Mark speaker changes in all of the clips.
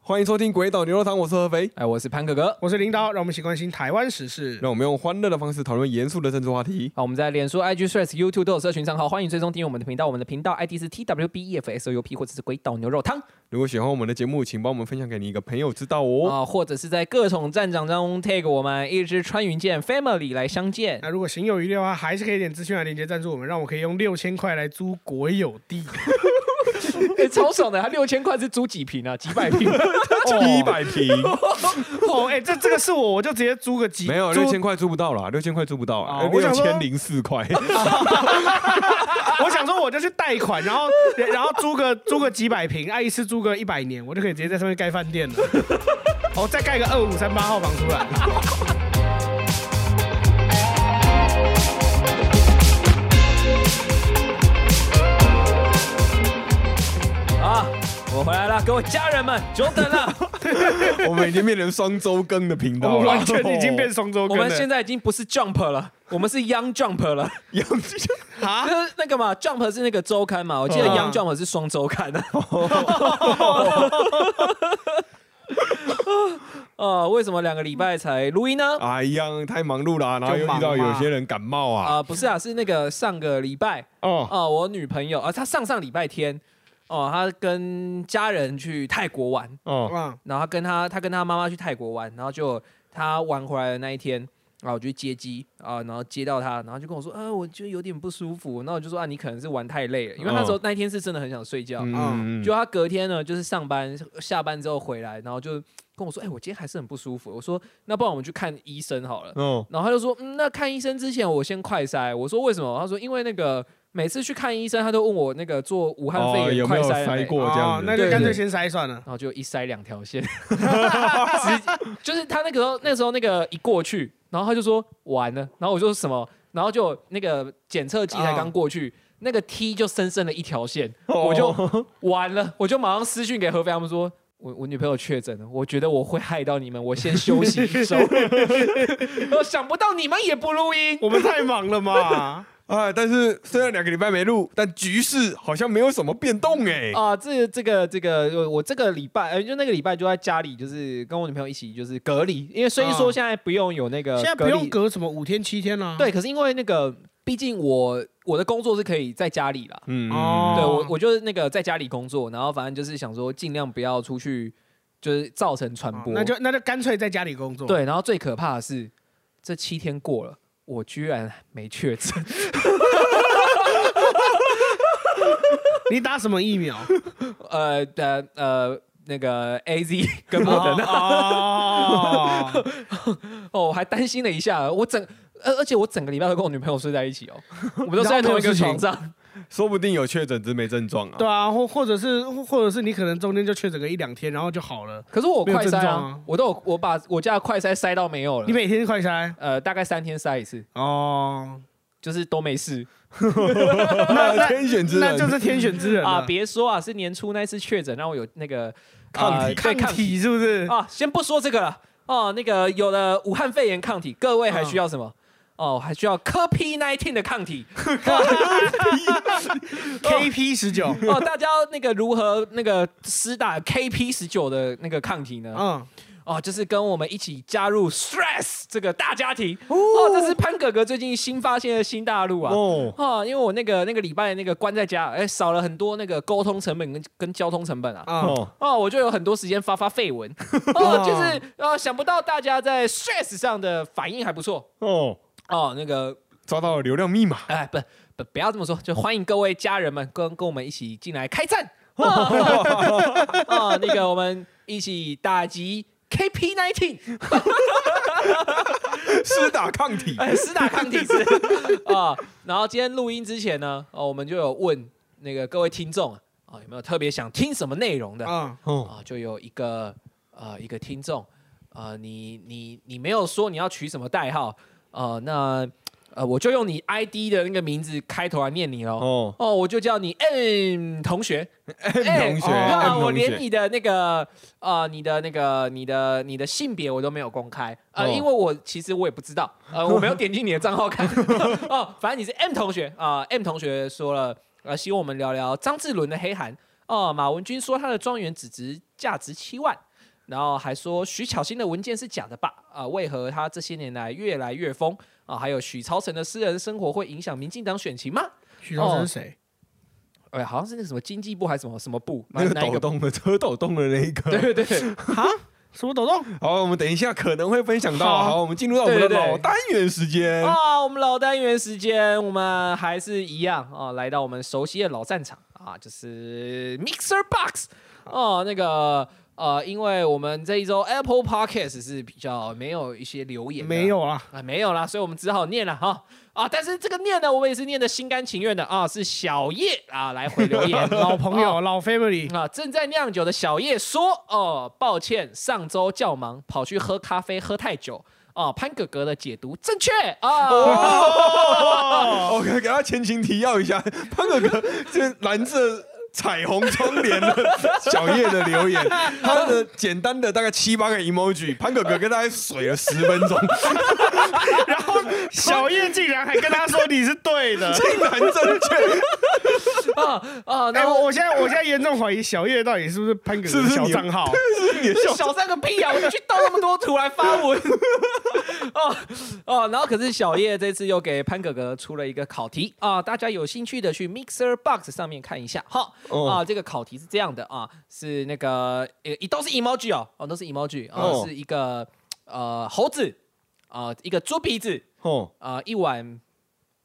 Speaker 1: 欢迎收听《鬼岛牛肉汤》，我是合肥。
Speaker 2: 哎，我是潘哥哥。
Speaker 3: 我是林导，让我们一起关心台湾时事。
Speaker 1: 让我们用欢乐的方式讨论严肃的政治话题。
Speaker 2: 好，我们在脸书、IG、Threads、YouTube 都有社群账号，欢迎追踪订阅我们的频道。我们的频道 ID 是 TWBEFSOUP 或者是鬼岛牛肉汤啊、
Speaker 1: 如果喜欢我们的节目，请帮我们分享给你一个朋友知道哦。
Speaker 2: 啊或者是在各种站长中 tag 我们一支穿云箭 Family 来相 见。
Speaker 3: 那如果行有余力的话，还是可以点资讯栏连接赞助我们，让我可以用六千块来租国有 地。
Speaker 2: 哎超爽的，他六千块是租几瓶啊？几百瓶？
Speaker 1: 一百平，
Speaker 3: 哦，哎、这这个是我，我就直接租个几
Speaker 1: 没有
Speaker 3: 租
Speaker 1: 六千块租不到啦，六千块租不到啊，
Speaker 3: 哦
Speaker 1: 六
Speaker 3: 我想说
Speaker 1: 千零四块。
Speaker 3: 啊我想说我就去贷款，然后 然后租个租个几百平，啊，一次租个一百年，我就可以直接在上面盖饭 店了。哦，再盖个二五三八号房出来。
Speaker 2: 啊，我回来了，各位家人们，久等了。
Speaker 1: 我们已经变成双周更的频
Speaker 3: 我
Speaker 1: 道了
Speaker 3: 们完。全已经变双周
Speaker 2: 我
Speaker 3: 更
Speaker 2: 们现
Speaker 3: 了。
Speaker 2: 在已经不是 Jump 了，我们是 Young Jump 了。
Speaker 1: 杨
Speaker 3: 啊
Speaker 2: 就是那个嘛，Jump 是那个周刊嘛，我记得
Speaker 3: 嗯
Speaker 2: Young Jump 是双周刊啊 的。呃，为什么两个礼拜才录音
Speaker 3: 啊
Speaker 2: 呢？
Speaker 1: 哎呀，太忙碌了，然后又遇到有些人感冒
Speaker 2: 啊、
Speaker 1: 啊。
Speaker 2: 不是啊，是那个上个礼拜
Speaker 1: 哦，
Speaker 2: 啊、我女朋友啊、她上上礼拜天哦、她跟家人去泰国玩，
Speaker 1: 哦，
Speaker 3: 啊，
Speaker 2: 然后她跟她她跟她妈妈去泰国玩，然后就她玩回来的那一天。啊，我就去接机啊，然后接到她，然后就跟我说，啊，我就有点不舒服。那我就说啊，你可能是玩太累了，因为那时
Speaker 3: 嗯
Speaker 2: 候那一天是真的很想睡
Speaker 3: 啊
Speaker 2: 觉。
Speaker 1: 嗯，
Speaker 2: 就他隔天呢，就是上班下班之后回来，然后就跟我说：“哎、我今天还是很不舒服。”我说：“那不然我们去看医生好了。
Speaker 1: 哦，”
Speaker 2: 然后他就说：“嗯，那看医生之前我先快筛。”我说：“为什么？”他说：“因为那个每次去看医生，他都问我那个做武汉
Speaker 1: 哦
Speaker 2: 肺炎
Speaker 1: 有没
Speaker 2: 快
Speaker 1: 有
Speaker 2: 筛了没
Speaker 1: 塞过这样
Speaker 3: 哦
Speaker 1: 子？
Speaker 3: 那就干脆先筛算了。
Speaker 2: 然后就一筛两条线， 直就是他那个时候那时候那个一过去，然后他就说完了，然后我就说什么，然后就那个检测剂才刚过去，那个 T 就深深的一条线，
Speaker 1: 哦
Speaker 2: 我就完了，我就马上私讯给何飞他们说。我我女朋友确诊了，我觉得我会害到你们，我先休息一周。我想不到你们也不录音，
Speaker 3: 我们太忙了 嘛，
Speaker 1: 啊，但是虽然两个礼拜没录，但局势好像没有什么变动哎。
Speaker 2: 啊、这这个这个，我我这个礼拜，呃，就那个礼拜就在家里，就是跟我女朋友一起就是隔离，因为虽说
Speaker 3: 啊
Speaker 2: 现在不用有那个
Speaker 1: 呃
Speaker 3: 现在
Speaker 2: 隔
Speaker 3: 不
Speaker 2: 离，
Speaker 3: 用隔什么五天七天了、啊
Speaker 2: 对，可是因为那个，毕竟我我的工作是可以在家里啦，
Speaker 1: 嗯
Speaker 3: 哦
Speaker 2: 对我我就是那个在家里工作，然后反正就是想说尽量不要出去，就是造成传
Speaker 3: 哦，
Speaker 2: 播，
Speaker 3: 那就那就干脆在家里工作。
Speaker 2: 对，然后最可怕的是这七天过了，我居然没确诊。
Speaker 3: 你打什么疫苗？
Speaker 2: 呃呃呃，那个 A Z 跟莫德纳，
Speaker 3: 哦，
Speaker 2: 哦，我还担心了一下，我整，而而且我整个礼拜都跟我女朋友睡在一起 哦，我们都睡在同一个床上。
Speaker 1: 说不定有确诊，只是没症状啊。
Speaker 3: 对啊，或或者是或者是你可能中间就确诊个一两天，然后就好了。
Speaker 2: 可是我快筛
Speaker 3: 没有症
Speaker 2: 啊，
Speaker 3: 状啊
Speaker 2: 我都有，我把我家的快筛筛到没有了
Speaker 3: 你，每天快筛
Speaker 2: 呃，大概三天筛一次，
Speaker 3: 哦，
Speaker 2: 就是都没事
Speaker 3: 那那
Speaker 1: 天选之
Speaker 3: 那
Speaker 1: 人
Speaker 3: 就是天选之人
Speaker 2: 啊。
Speaker 3: 了。
Speaker 2: 别说啊，是年初那次确诊让我有那个
Speaker 1: 抗体
Speaker 2: 呃对
Speaker 3: 啊抗
Speaker 2: 抗
Speaker 3: 体是不是？
Speaker 2: 啊，先不说这个了哦，那个有了武汉肺炎抗体，各位还需要什
Speaker 3: 嗯
Speaker 2: 么？哦，还需要科 P nineteen 的抗 体
Speaker 3: KP 十九，
Speaker 2: 哦，大家那个如何那个施打 KP 十九的那个抗体呢？
Speaker 3: 嗯，
Speaker 2: 哦，就是跟我们一起加入 Stress 这个大家庭哦，这是潘哥哥最近新发现的新大陆啊。
Speaker 1: 哦，
Speaker 2: 哦，因为我那个那个礼拜那个关在家，哎，少了很多那个沟通成本跟跟交通成本啊。
Speaker 3: 啊，
Speaker 1: 哦，
Speaker 2: 哦，我就有很多时间发发绯 闻，哦，就是呃，想不到大家在 stress 上的反应还不错
Speaker 1: 哦，
Speaker 2: 哦。那个，
Speaker 1: 抓到了流量密码。
Speaker 2: 哎，不不，不要这么说，就欢迎各位家人们跟跟我们一起进来开战哦 哦，那个我们一起打击 KP nineteen。
Speaker 1: 施打抗体
Speaker 2: 哎，施打抗体是啊、然后今天录音之前呢，哦，我们就有问那个各位听众啊、哦，有没有特别想听什么内容的啊、
Speaker 3: 嗯，
Speaker 1: 哦，
Speaker 2: 就有一个呃一个听众，呃，你你你没有说你要取什么代号，呃，那呃我就用你 ID 的那个名字开头来念你哦。
Speaker 1: 哦
Speaker 2: 哦，我就叫你 M 同学，M
Speaker 1: 同学
Speaker 2: 那
Speaker 1: M
Speaker 2: 我
Speaker 1: 同学
Speaker 2: 连你的那个呃，你的那个、你的、你的性别我都没有公开，呃，
Speaker 1: 哦
Speaker 2: 因为我其实我也不知道， 呃，我没有点进你的账号看。 哦，反正你是 M 同学啊、m 同学说了，呃，希望我们聊聊张志伦的黑函。哦、马文君说他的庄园只值价值七万。然后还说许巧芯的文件是假的吧？啊、为何他这些年来越来越疯啊、还有许超成的私人生活会影响民进党选情吗？
Speaker 3: 许荣生是谁？
Speaker 2: 哎，好像是那个什么经济部还是什么什么部，哪
Speaker 1: 那个
Speaker 2: 哪一
Speaker 1: 抖
Speaker 2: 个？
Speaker 1: 动的车抖动的那一
Speaker 2: 对
Speaker 1: 个。
Speaker 2: 对 对，
Speaker 3: 什么抖动？
Speaker 1: 好，我们等一下可能会分享到。
Speaker 3: 好
Speaker 1: 好，我们进入到我们的
Speaker 2: 对对对
Speaker 1: 老单元时间。
Speaker 2: 啊，我们老单元时间，我们还是一样啊，来到我们熟悉的老战场啊，就是 Mixer Box 哦、那个呃，因为我们这一周 Apple Podcast 是比较没有一些留言，
Speaker 3: 没。有啦，
Speaker 2: 啊，没有啦，所以我们只好念了哈啊！但是这个念呢，我们也是念的心甘情愿的啊，是小叶啊来回留 言，
Speaker 3: 老朋友，老 family，
Speaker 2: 啊，正在酿酒的小叶说：“哦，抱歉，上周较忙，跑去喝咖啡，喝太久。哦，潘哥哥的解读正确啊。
Speaker 1: 我哦给给他前情提要一下，潘哥哥这蓝色彩虹窗帘的小叶的留言，他的简单的大概七八个 emoji，潘哥哥跟大家水了十分钟，
Speaker 3: 然后小叶竟然还跟他说你是对的。
Speaker 1: 竟然正确，
Speaker 2: 啊啊！
Speaker 3: 哎，
Speaker 2: 那
Speaker 3: 我
Speaker 2: 我
Speaker 3: 我现在我现在严重怀疑小叶到底是不是潘哥
Speaker 1: 是
Speaker 3: 哥
Speaker 1: 不
Speaker 3: 的
Speaker 1: 是
Speaker 3: 小
Speaker 1: 你
Speaker 3: 账号？
Speaker 1: 是你的笑。
Speaker 2: 小三个屁呀、我去盗那么多图来发文。 哦哦，然后可是小叶这次又给潘哥哥出了一个考题啊，大家有兴趣的去 Mixer Box 上面看一下哈。
Speaker 1: 哦
Speaker 2: 啊，这个考题是这样的啊，是那个呃，都是 emoji 哦，哦都是 emoji 啊，
Speaker 1: 哦
Speaker 2: 是一个呃猴子啊、一个猪鼻子
Speaker 1: 哦，
Speaker 2: 啊、一碗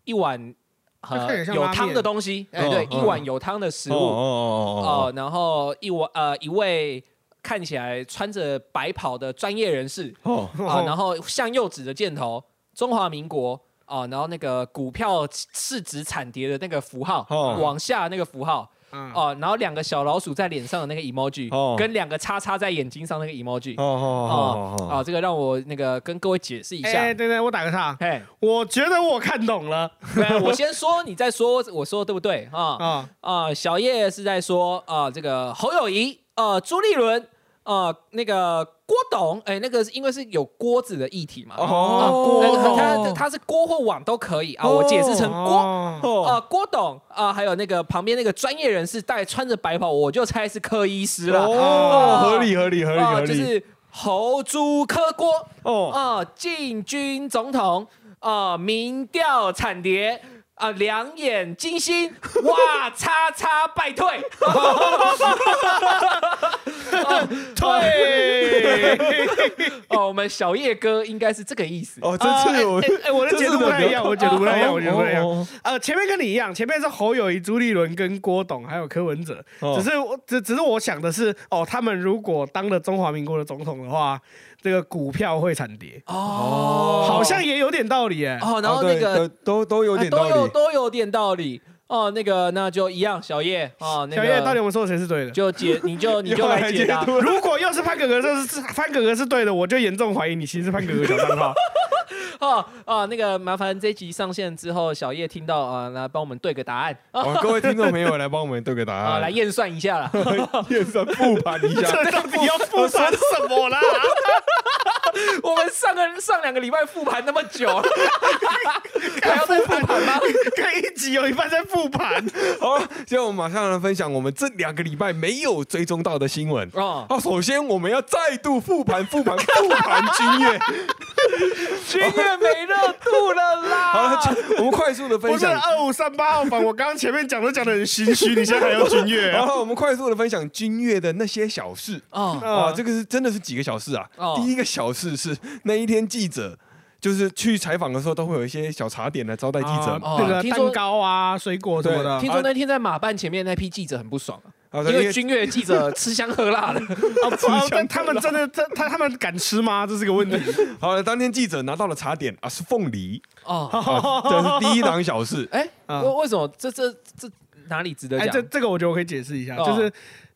Speaker 2: 一碗
Speaker 3: 它
Speaker 2: 呃
Speaker 3: 看起来像
Speaker 2: 有
Speaker 3: 拉面
Speaker 2: 汤的东西，哎、
Speaker 1: 哦
Speaker 2: 对，
Speaker 1: 哦
Speaker 2: 一碗有汤的食物
Speaker 1: 哦
Speaker 2: 哦
Speaker 1: 哦
Speaker 2: 然后一碗呃一位看起来穿着白袍的专业人士
Speaker 1: 哦哦
Speaker 2: 啊、然后向右指着箭头，中华民国。哦，然后那个股票市值惨跌的那个符号，
Speaker 1: 哦
Speaker 2: 往下那个符号，
Speaker 3: 啊，
Speaker 2: 哦，然后两个小老鼠在脸上的那个 emoji，、
Speaker 1: 哦
Speaker 2: 跟两个叉叉在眼睛上那个 emoji，
Speaker 1: 哦哦哦
Speaker 2: 啊、这个让我那个跟各位解释一下
Speaker 3: 哎，。等等，我打个岔，
Speaker 2: 嘿，
Speaker 3: 我觉得我看懂了
Speaker 2: 对我先说，你再说，我说的对不对啊？
Speaker 3: 啊，
Speaker 2: 啊、小叶是在说啊、这个侯友谊，呃，朱立伦，呃，那个郭董，哎，那个是因为是有锅子的议题嘛，啊
Speaker 1: 哦
Speaker 2: 那
Speaker 3: 哦
Speaker 2: 他他是锅或网都可以啊，我解释成锅。
Speaker 3: 哦
Speaker 2: 啊、
Speaker 1: 哦
Speaker 2: 郭董啊、还有那个旁边那个专业人士，带穿着白袍，我就猜是柯医师了。
Speaker 3: 啊
Speaker 1: 哦，合理合理合理
Speaker 2: 啊，
Speaker 1: 合
Speaker 2: 就
Speaker 1: 理，
Speaker 2: 是侯朱柯郭
Speaker 1: 哦
Speaker 2: 啊，进军总统啊，民调惨跌。啊，两眼金星， 哇，叉叉败退，
Speaker 3: 对，
Speaker 2: 啊哦，我们小叶哥应该是这个意思。
Speaker 1: 哦，
Speaker 3: 啊
Speaker 1: 这次我
Speaker 3: 哎哎哎我的解读不太一样，我解读不太一样，我解读不太一样。
Speaker 1: 哦
Speaker 3: 呃，前面跟你一样，前面是侯友谊、朱立伦跟郭董还有柯文哲，
Speaker 1: 哦
Speaker 3: 只是我只只是我想的是，哦，他们如果当了中华民国的总统的话，这个股票会惨跌，
Speaker 2: 哦
Speaker 3: 好像也有点道理哎。
Speaker 2: 哦，然后那个、
Speaker 1: 对都都有点
Speaker 2: 啊
Speaker 1: 道
Speaker 2: 都有
Speaker 1: 理，
Speaker 2: 都有点道理哦。那个那就一样，小叶哦，那
Speaker 3: 小
Speaker 2: 个
Speaker 3: 叶，到底我们说的谁是对的？
Speaker 2: 就解你就你就来解答。
Speaker 3: 如果又是潘哥哥，这是潘哥哥是对的，我就严重怀疑你其实是潘哥哥小账号。
Speaker 2: 哦哦，那个麻烦这集上线之后，小叶听到啊，呃来帮我们对个答案啊
Speaker 1: 哦，各位听众朋友来帮我们对个答
Speaker 2: 啊，
Speaker 1: 案，
Speaker 2: 来验算一下 啦。
Speaker 1: 验算复盘 一下。
Speaker 3: 这到底要复盘什 么啦？
Speaker 2: 我们上个上两个礼拜复盘那么 久，还要再复盘吗？
Speaker 3: 跟一集有一半在复盘，
Speaker 1: 好，现在我们马上来分享我们这两个礼拜没有追踪到的新闻。
Speaker 2: 哦，
Speaker 1: 好，首先我们要再度复盘、复盘、复盘君越。
Speaker 2: 君越没热度了
Speaker 1: 好了
Speaker 2: 啦。，
Speaker 1: 我们快速的分
Speaker 3: 不是
Speaker 1: 享。
Speaker 3: 二五三八号房。我刚刚前面讲都讲的很心虚，你现在还要君越
Speaker 1: 然
Speaker 3: 啊？
Speaker 1: 后我们快速的分享君越的那些小事。
Speaker 2: 哦
Speaker 1: 啊，这个是真的是几个小事啊。
Speaker 2: 哦
Speaker 1: 第一个小事是那一天记者就是去采访的时候，都会有一些小茶点来招待记者嘛。
Speaker 2: 哦
Speaker 3: 啊那个
Speaker 2: 听说
Speaker 3: 蛋糕啊、水果什么的。
Speaker 2: 听说那天在马办前面那批记者很不爽
Speaker 1: 啊，
Speaker 2: 啊，因
Speaker 1: 对
Speaker 2: 为君越记者吃香喝 辣的。
Speaker 3: 哦哦但他们真的，他他他们敢吃吗？这是个问 题。
Speaker 1: 好了，当天记者拿到了茶点啊，是凤梨，
Speaker 2: 哦，。
Speaker 1: 啊这是第一档小事
Speaker 2: 哎，
Speaker 3: 啊
Speaker 2: 为为什么这这这哪里值得
Speaker 3: 哎，这
Speaker 2: 讲？
Speaker 3: 这个我觉得我可以解释一下，
Speaker 2: 哦
Speaker 3: 就是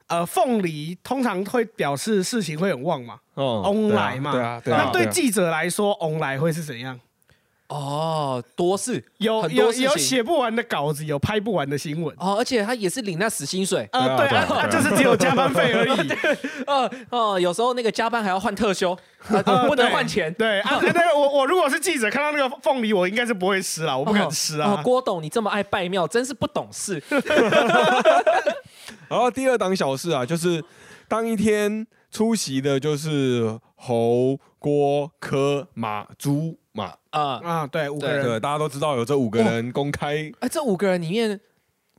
Speaker 3: 呃，凤梨通常会表示事情会很旺嘛
Speaker 1: 哦
Speaker 3: 翁
Speaker 1: 对啊
Speaker 3: 来嘛
Speaker 1: 对啊，对啊。
Speaker 3: 那对
Speaker 1: 啊
Speaker 3: 记者来说，翁来会是怎样？
Speaker 2: 哦，多事
Speaker 3: 有
Speaker 2: 很多
Speaker 3: 有
Speaker 2: 事情
Speaker 3: 有写不完的稿子，有拍不完的新闻。
Speaker 2: 哦，而且他也是领那死薪水。
Speaker 1: 对啊
Speaker 3: 啊，对
Speaker 1: 对啊
Speaker 3: 啊，
Speaker 1: 对啊
Speaker 3: 啊就是只有加班费而 已。
Speaker 2: 呃哦，有时候那个加班还要换特休，呃
Speaker 3: 啊
Speaker 2: 不能
Speaker 3: 对
Speaker 2: 换钱。
Speaker 3: 对 啊，那那我我如果是记者，看到那个凤梨，我应该是不会吃啦，我不敢吃
Speaker 2: 哦
Speaker 3: 啊。
Speaker 2: 郭董，你这么爱拜庙，真是不懂事。
Speaker 1: 然后第二档小事啊，就是当一天。出席的就是侯、郭、柯、马、朱、马，
Speaker 2: 啊！
Speaker 3: 啊，对，五个
Speaker 2: 对
Speaker 3: 人，
Speaker 1: 对，大家都知道有这五
Speaker 3: 哦
Speaker 1: 个人公开
Speaker 2: 哎，这五个人里面，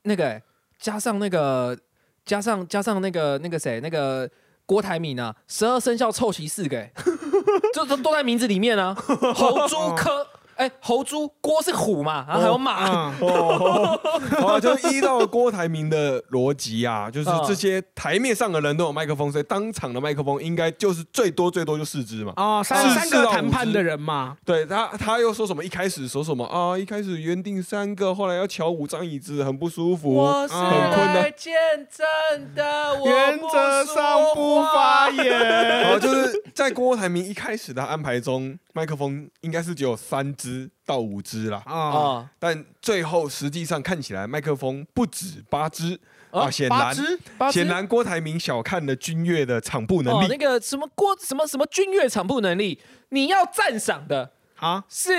Speaker 2: 那个欸加上那个加上加上那个那个谁那个郭台铭啊，十二生肖凑齐四个欸， 这都都在名字里面啊。猴猪科，哎，猴猪郭是虎嘛，然后还有马，
Speaker 3: 啊，
Speaker 1: 哦，啊，就是依照郭台铭的逻辑啊，就是
Speaker 2: 嗯
Speaker 1: 这些台面上的人都有麦克风，所以当场的麦克风应该就是最多最多就四支嘛。
Speaker 2: 啊
Speaker 3: 哦，三
Speaker 1: 四
Speaker 3: 三
Speaker 1: 四
Speaker 3: 个
Speaker 1: 到五
Speaker 3: 谈判
Speaker 1: 只
Speaker 3: 的人嘛，
Speaker 1: 对他，他又说什么？一开始说什么啊？一开始原定三个，后来要瞧五张椅子，很不舒服。
Speaker 2: 是
Speaker 1: 很困难
Speaker 2: 见证的，我
Speaker 3: 原则上不发言。
Speaker 1: 然后就是在郭台铭一开始的安排中，麦克风应该是只有三支到五支啦，
Speaker 3: 啊，
Speaker 2: 啊，
Speaker 1: 但最后实际上看起来麦克风不止八支
Speaker 2: 啊
Speaker 1: 啊，显
Speaker 3: 八
Speaker 1: 然
Speaker 3: 支
Speaker 2: 八支
Speaker 1: 显然郭台铭小看了君越的场部能
Speaker 2: 哦，
Speaker 1: 力
Speaker 2: 那。个什么郭什么什么军乐场部能力，你要赞赏的
Speaker 3: 啊，
Speaker 2: 是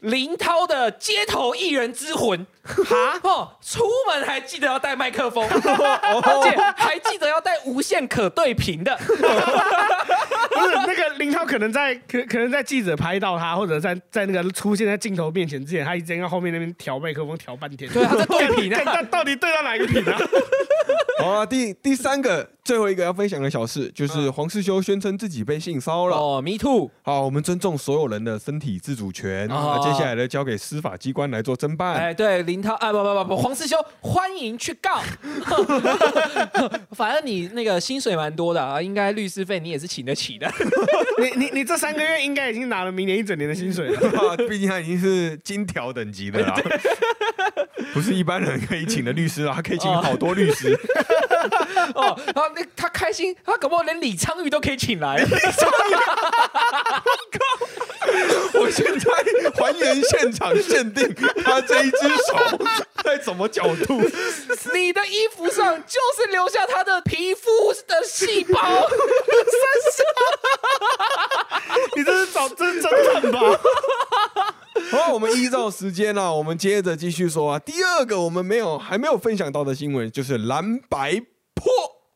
Speaker 2: 林涛的街头艺人之魂，
Speaker 3: 哈，
Speaker 2: 哦，出门还记得要带麦克风， 而且还记得要带无线可对频的，
Speaker 3: 不是那个林涛，可能在可可能在记者拍到他，或者在在那个出现在镜头面前之前，他一直在后面那边调麦克风调半天。
Speaker 2: 对，他在对 频
Speaker 3: 看
Speaker 2: 啊，
Speaker 3: 他到底对到哪一个 品啊？
Speaker 1: 好啊，第第三个最后一个要分享的小事，就是黄世修宣称自己被性骚扰。
Speaker 2: 哦，me too，
Speaker 1: 好，我们尊重所有人的身体自主权，
Speaker 2: 哦
Speaker 1: 那接下来呢，交给司法机关来做侦办。
Speaker 2: 哎，对，林涛，哎，不不不不，黄世修，欢迎去告， 反正你那个薪水蛮多的啊，应该律师费你也是请得起的，
Speaker 3: 你你你这三个月应该已经拿了明年一整年的薪水了。
Speaker 1: 毕竟他已经是金条等级 的啦，不是一般人可以请的律师啦，他可以请好多律 师。
Speaker 2: 哦，然后那他开心，他搞不好连李昌钰都可以请来，
Speaker 1: 我现在还原现场限定他这一只手在什么角度。
Speaker 2: 你的衣服上就是留下他的皮肤的细 胞，身上。
Speaker 3: 你这是找这是真诚吧？
Speaker 1: 好，我们依照时间啊， 我们接着继续说啊。第二个我们没有还没有分享到的新闻就是蓝白破。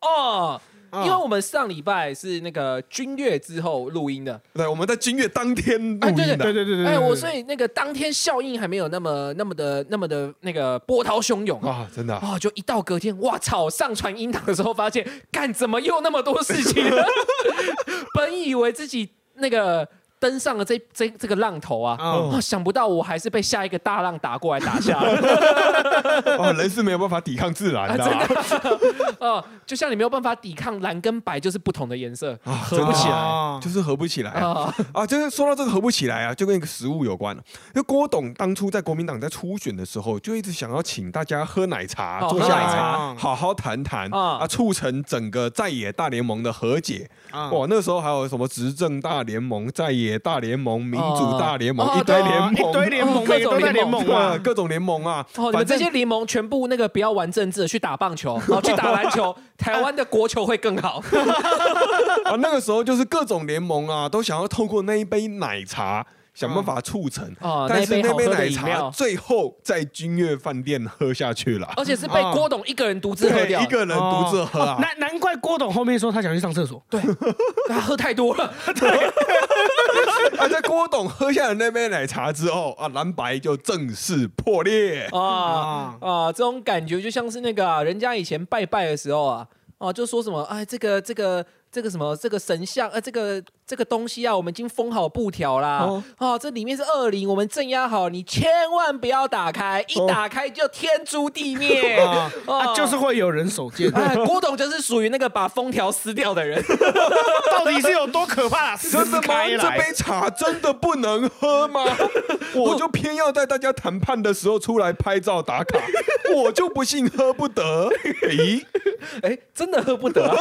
Speaker 2: 哦，因为我们上礼拜是那个军乐之后录音的，
Speaker 1: 对，我们在君越当天录
Speaker 2: 哎对
Speaker 1: 音的，啊
Speaker 3: 对对对对。
Speaker 2: 哎，
Speaker 3: 对
Speaker 2: 我所以那个当天效应还没有那么那么的那么的那个波涛汹涌啊。
Speaker 1: 啊，真的啊、
Speaker 2: 哦，就一到隔天，哇操！上传音档的时候发现，干怎么又那么多事 情了？本以为自己那个登上了这这这个浪头啊，
Speaker 3: 哦
Speaker 2: 哦，想不到我还是被下一个大浪打过来打下了。
Speaker 1: 哦，人是没有办法抵抗自然 的、啊，
Speaker 2: 哦，就像你没有办法抵抗蓝跟白就是不同的颜色，
Speaker 1: 啊
Speaker 2: 合不起来哦啊、
Speaker 3: 哦
Speaker 1: 就是合不起来啊啊！就是说到这个合不起来啊，就跟一个食物有关了、因为郭董当初在国民党在初选的时候，就一直想要请大家喝奶茶，
Speaker 2: 哦
Speaker 1: 坐下
Speaker 2: 喝奶
Speaker 1: 来
Speaker 3: 茶
Speaker 1: 好好谈谈、
Speaker 2: 啊
Speaker 1: 啊，促成整个在野大联盟的和解。
Speaker 3: 啊
Speaker 2: 嗯
Speaker 1: 哇，那时候还有什么执政大联盟、在野大联盟、民主大联盟、
Speaker 2: 哦
Speaker 1: 一堆
Speaker 2: 对
Speaker 1: 联
Speaker 3: 啊
Speaker 1: 盟、
Speaker 3: 一堆联盟，
Speaker 2: 哦
Speaker 3: 每个都在
Speaker 2: 各种联
Speaker 3: 联
Speaker 2: 盟
Speaker 3: 盟
Speaker 1: 哇
Speaker 3: 啊。
Speaker 1: 各种联盟啊！
Speaker 2: 哦，
Speaker 1: 反
Speaker 2: 你们这
Speaker 1: 正
Speaker 2: 些联盟全部那个不要玩 政治，去打棒球，哦，去打篮球，台湾的国球会 更好。
Speaker 1: 啊，那个时候就是各种联盟啊，都想要透过那一杯奶茶想办法促成。
Speaker 2: 嗯哦，那
Speaker 1: 但
Speaker 2: 一
Speaker 1: 是
Speaker 2: 杯
Speaker 1: 那
Speaker 2: 好
Speaker 1: 杯
Speaker 2: 喝的
Speaker 1: 奶
Speaker 2: 饮
Speaker 1: 茶
Speaker 2: 料，
Speaker 1: 最后在君悦饭店喝下去了，
Speaker 2: 而且是被郭董一个人独自喝
Speaker 1: 啊对，
Speaker 2: 掉，哦
Speaker 1: 一个人独自喝啊。
Speaker 3: 哦难难怪郭董后面说他想去上厕所，
Speaker 2: 他喝太多 了。
Speaker 1: 啊，在郭董喝下了那杯奶茶之后啊，蓝白就正式破裂。
Speaker 2: 啊啊！这种感觉就像是那个、啊、人家以前拜拜的时候啊，哦、就说什么哎，这个这个这个什么这个神像，呃，这个这个东西啊，我们已经封好布条啦，
Speaker 1: 哦
Speaker 2: 哦、这里面是恶灵，我们镇压好，你千万不要打开，一
Speaker 1: 哦
Speaker 2: 打开就天诛地灭。
Speaker 3: 啊啊
Speaker 2: 哦
Speaker 3: 就是会有人手贱，
Speaker 2: 哎，郭董就是属于那个把封条撕掉的人，
Speaker 3: 到底是有多可 怕？
Speaker 1: 真的
Speaker 3: 撕
Speaker 1: 吗？
Speaker 3: 开
Speaker 1: 这
Speaker 3: 来
Speaker 1: 杯茶真的不能喝吗？我就偏要在大家谈判的时候出来拍照打卡，我就不信喝不得。咦、
Speaker 2: 哎，真的喝不得、啊。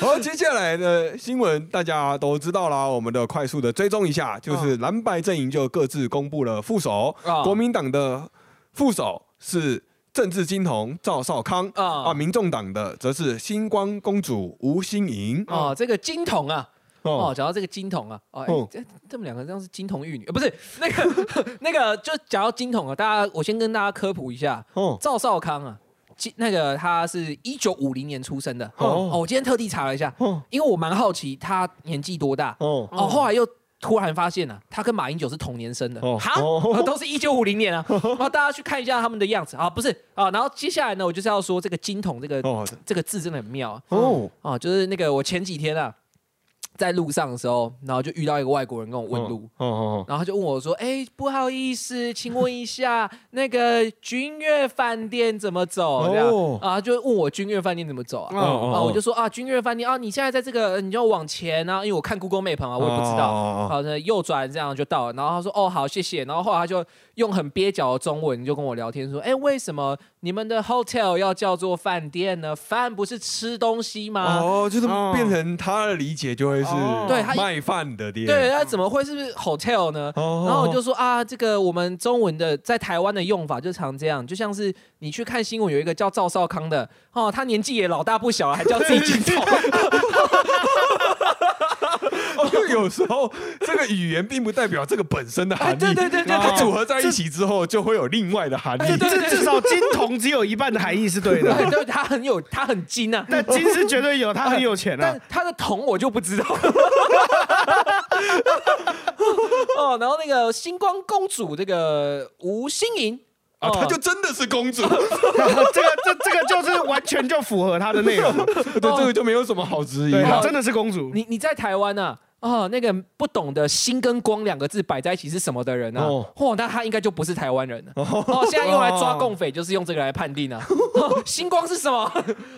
Speaker 1: 好，接下来的新闻大家都知道啦，我们的快速的追踪一下，就是蓝白阵营就各自公布了副手，
Speaker 2: 啊
Speaker 1: 国民党的副手是。政治金童赵少康啊，
Speaker 2: 啊
Speaker 1: 民众党的则是星光公主吴欣盈
Speaker 2: 哦，这个金童啊，哦，
Speaker 1: 哦，
Speaker 2: 讲到这个金童啊，哦，哎
Speaker 1: 哦
Speaker 2: 这这么两个像是金童玉女，呃，不是 那个那个，就讲到金童啊，大家我先跟大家科普一下，
Speaker 1: 哦
Speaker 2: 赵少康啊，今那个他是一九五零年出生的
Speaker 1: 哦
Speaker 2: 哦我今天特地查了一下，
Speaker 1: 哦
Speaker 2: 因为我蛮好奇他年纪多大
Speaker 1: 哦
Speaker 2: 哦，后来又突然发现了、他跟马英九是同年生的，
Speaker 1: 哦
Speaker 2: 哈、
Speaker 1: 哦
Speaker 2: 呃都是一九五零 年啊，然后大家去看一下他们的样子啊，不是啊，然后接下来呢，我就是要说这个金桶这个、
Speaker 1: 哦
Speaker 2: 这个字真的很妙啊，
Speaker 1: 哦
Speaker 2: 啊，就是那个我前几天啊，在路上的时候，然后就遇到一个外国人跟我问路，
Speaker 1: 哦哦
Speaker 2: 然后他就问我说：“哎、不好意思，请问一下那个君悦饭店怎么走？”这样、
Speaker 1: 哦
Speaker 2: 啊，就问我君悦饭店怎么走啊？
Speaker 1: 哦哦
Speaker 2: 啊，我就说啊，君悦饭店啊，你现在在这个，你就往前啊，因为我看 Google Map 嘛，我也不知道。
Speaker 1: 哦
Speaker 2: 好的，右转这样就到了。然后他说：“哦，好，谢谢。”然后后来他就用很蹩脚的中文就跟我聊天说：“哎，为什么你们的 hotel 要叫做饭店呢？饭不是吃东西吗？”
Speaker 1: 哦，就是
Speaker 3: 哦
Speaker 1: 变成他的理解就会是
Speaker 3: 哦
Speaker 2: 啊嗯对他一
Speaker 1: 卖饭的店，
Speaker 2: 对，那怎么会是 hotel 呢？
Speaker 1: 哦
Speaker 2: 然后我就说啊，这个我们中文的在台湾的用法就常这样，就像是你去看新闻，有一个叫赵少康的，哦，他年纪也老大不小了，还叫自己金童，
Speaker 1: 哦就有时候这个语言并不代表这个本身的含
Speaker 2: 哎，
Speaker 1: 义，
Speaker 2: 对对对对
Speaker 1: 它
Speaker 2: 对
Speaker 1: 组合在一起之后就会有另外的含义。
Speaker 2: 对
Speaker 3: 至至少金童只有一半的含义是对的，
Speaker 2: 对，对，他很有，他很精啊，
Speaker 3: 但金是绝对有，他很有钱啊
Speaker 2: 但。他的铜我就不知道。哦，然后那个星光公主，这个吴心莹，
Speaker 1: 啊，
Speaker 2: 哦
Speaker 1: 她就真的是公主，
Speaker 3: 这个这这个就是完全就符合他的内容，
Speaker 1: 对这个就没有什么好质疑哦
Speaker 3: 对，
Speaker 1: 了
Speaker 3: 她。真的是公主。
Speaker 2: 你你在台湾啊？哦，那个不懂得“心”跟“光”两个字摆在一起是什么的人啊？
Speaker 1: 哦
Speaker 2: 哦，那他应该就不是台湾人了。哦，现在用来抓共匪就是用这个来 判定啊。哦星光是什么？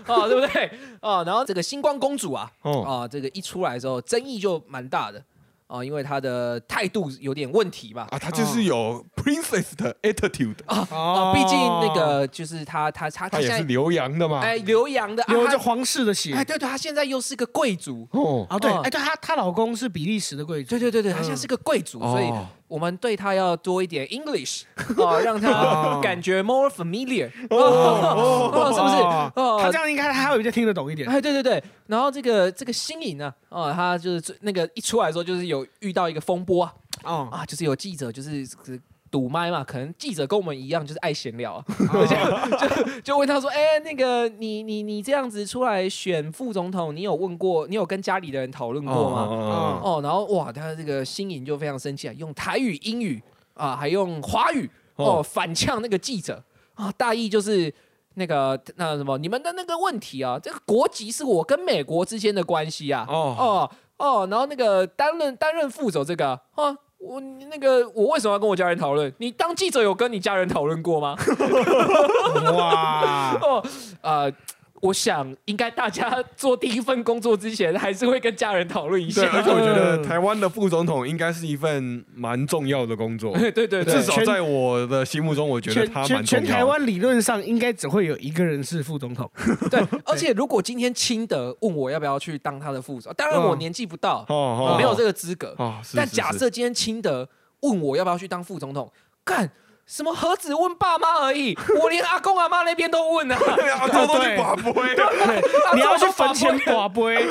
Speaker 2: 哦，对不对？哦，然后这个星光公主啊，
Speaker 1: 哦
Speaker 2: 啊，这个一出来的时候争议就蛮大的哦，因为她的态度有点问题吧。
Speaker 1: 啊，她就是有 princess 的 attitude，
Speaker 2: 哦，毕竟那个就是她，她
Speaker 1: 她
Speaker 2: 她她
Speaker 1: 也
Speaker 2: 现
Speaker 1: 是
Speaker 2: 在
Speaker 1: 留洋的嘛。
Speaker 2: 哎留洋的，啊
Speaker 3: 流
Speaker 2: 她
Speaker 3: 着皇室的血
Speaker 2: 哎，对对，她现在又是个贵族。
Speaker 1: 哦
Speaker 3: 啊，对，
Speaker 2: 哦
Speaker 3: 哎，对，她她老公是比利时的贵族
Speaker 2: 对，对对对，他现在是个贵族，
Speaker 1: 哦
Speaker 2: 所以我们对他要多一点 English 哦，让他
Speaker 3: 哦
Speaker 2: 感觉 more familiar
Speaker 1: 哦
Speaker 2: 哦，是不
Speaker 3: 哦
Speaker 2: 是？
Speaker 3: 她
Speaker 2: 哦
Speaker 3: 这。样应该还会比较听得懂一点。
Speaker 2: 哎，对对对，然后这个这个新颖呢，哦，他就是最那个一出来的时候，就是有遇到一个风波啊，
Speaker 3: 哦，
Speaker 2: 啊，就是有记者就是呃堵麦嘛，可能记者跟我们一样，就是爱闲聊、啊，
Speaker 3: 哦
Speaker 2: 而且就就问他说，哎、那个你你你这样子出来选副总统，你有问过，你有跟家里的人讨论嗯过吗？
Speaker 1: 哦
Speaker 2: 哦，然后哇，他这个新颖就非常生气啊，用台语、英语啊，还用华语哦
Speaker 1: 哦
Speaker 2: 反呛那个记者啊，大意就是那个那什么，你们的那个问题啊，这个国籍是我跟美国之间的关系啊，
Speaker 1: 哦
Speaker 2: 哦哦，然后那个担任担任副手这个啊。啊我那个，我为什么要跟我家人讨论？你当记者有跟你家人讨论 过吗？
Speaker 3: 哇，
Speaker 2: 哦，呃，我想应该大家做第一份工作之前，还是会跟家人讨论一
Speaker 1: 对，
Speaker 2: 下。
Speaker 1: 而且我觉
Speaker 2: 嗯
Speaker 1: 得台湾的副总统应该是一份蛮重要的工作，
Speaker 2: 对对对对
Speaker 1: 至少在我的心目中，我觉得
Speaker 3: 全
Speaker 1: 他蛮
Speaker 3: 全
Speaker 1: 重
Speaker 3: 全台
Speaker 1: 要的。
Speaker 3: 湾理论上应该只会有一个人是副总统，
Speaker 2: 对，而且如果今天清德问我要不要去当他的副手，当然
Speaker 3: 嗯
Speaker 2: 我年纪不到，
Speaker 1: 哦哦
Speaker 2: 我没有这个资格。
Speaker 1: 哦，是
Speaker 2: 但
Speaker 1: 是
Speaker 2: 假
Speaker 1: 是
Speaker 2: 设今天清德问我要不要去当副总统，干什么何止问爸妈而已，我连阿公阿妈那边 都问啊，
Speaker 1: 对啊，这都是寡欸不会。
Speaker 3: 你要去坟前 寡杯，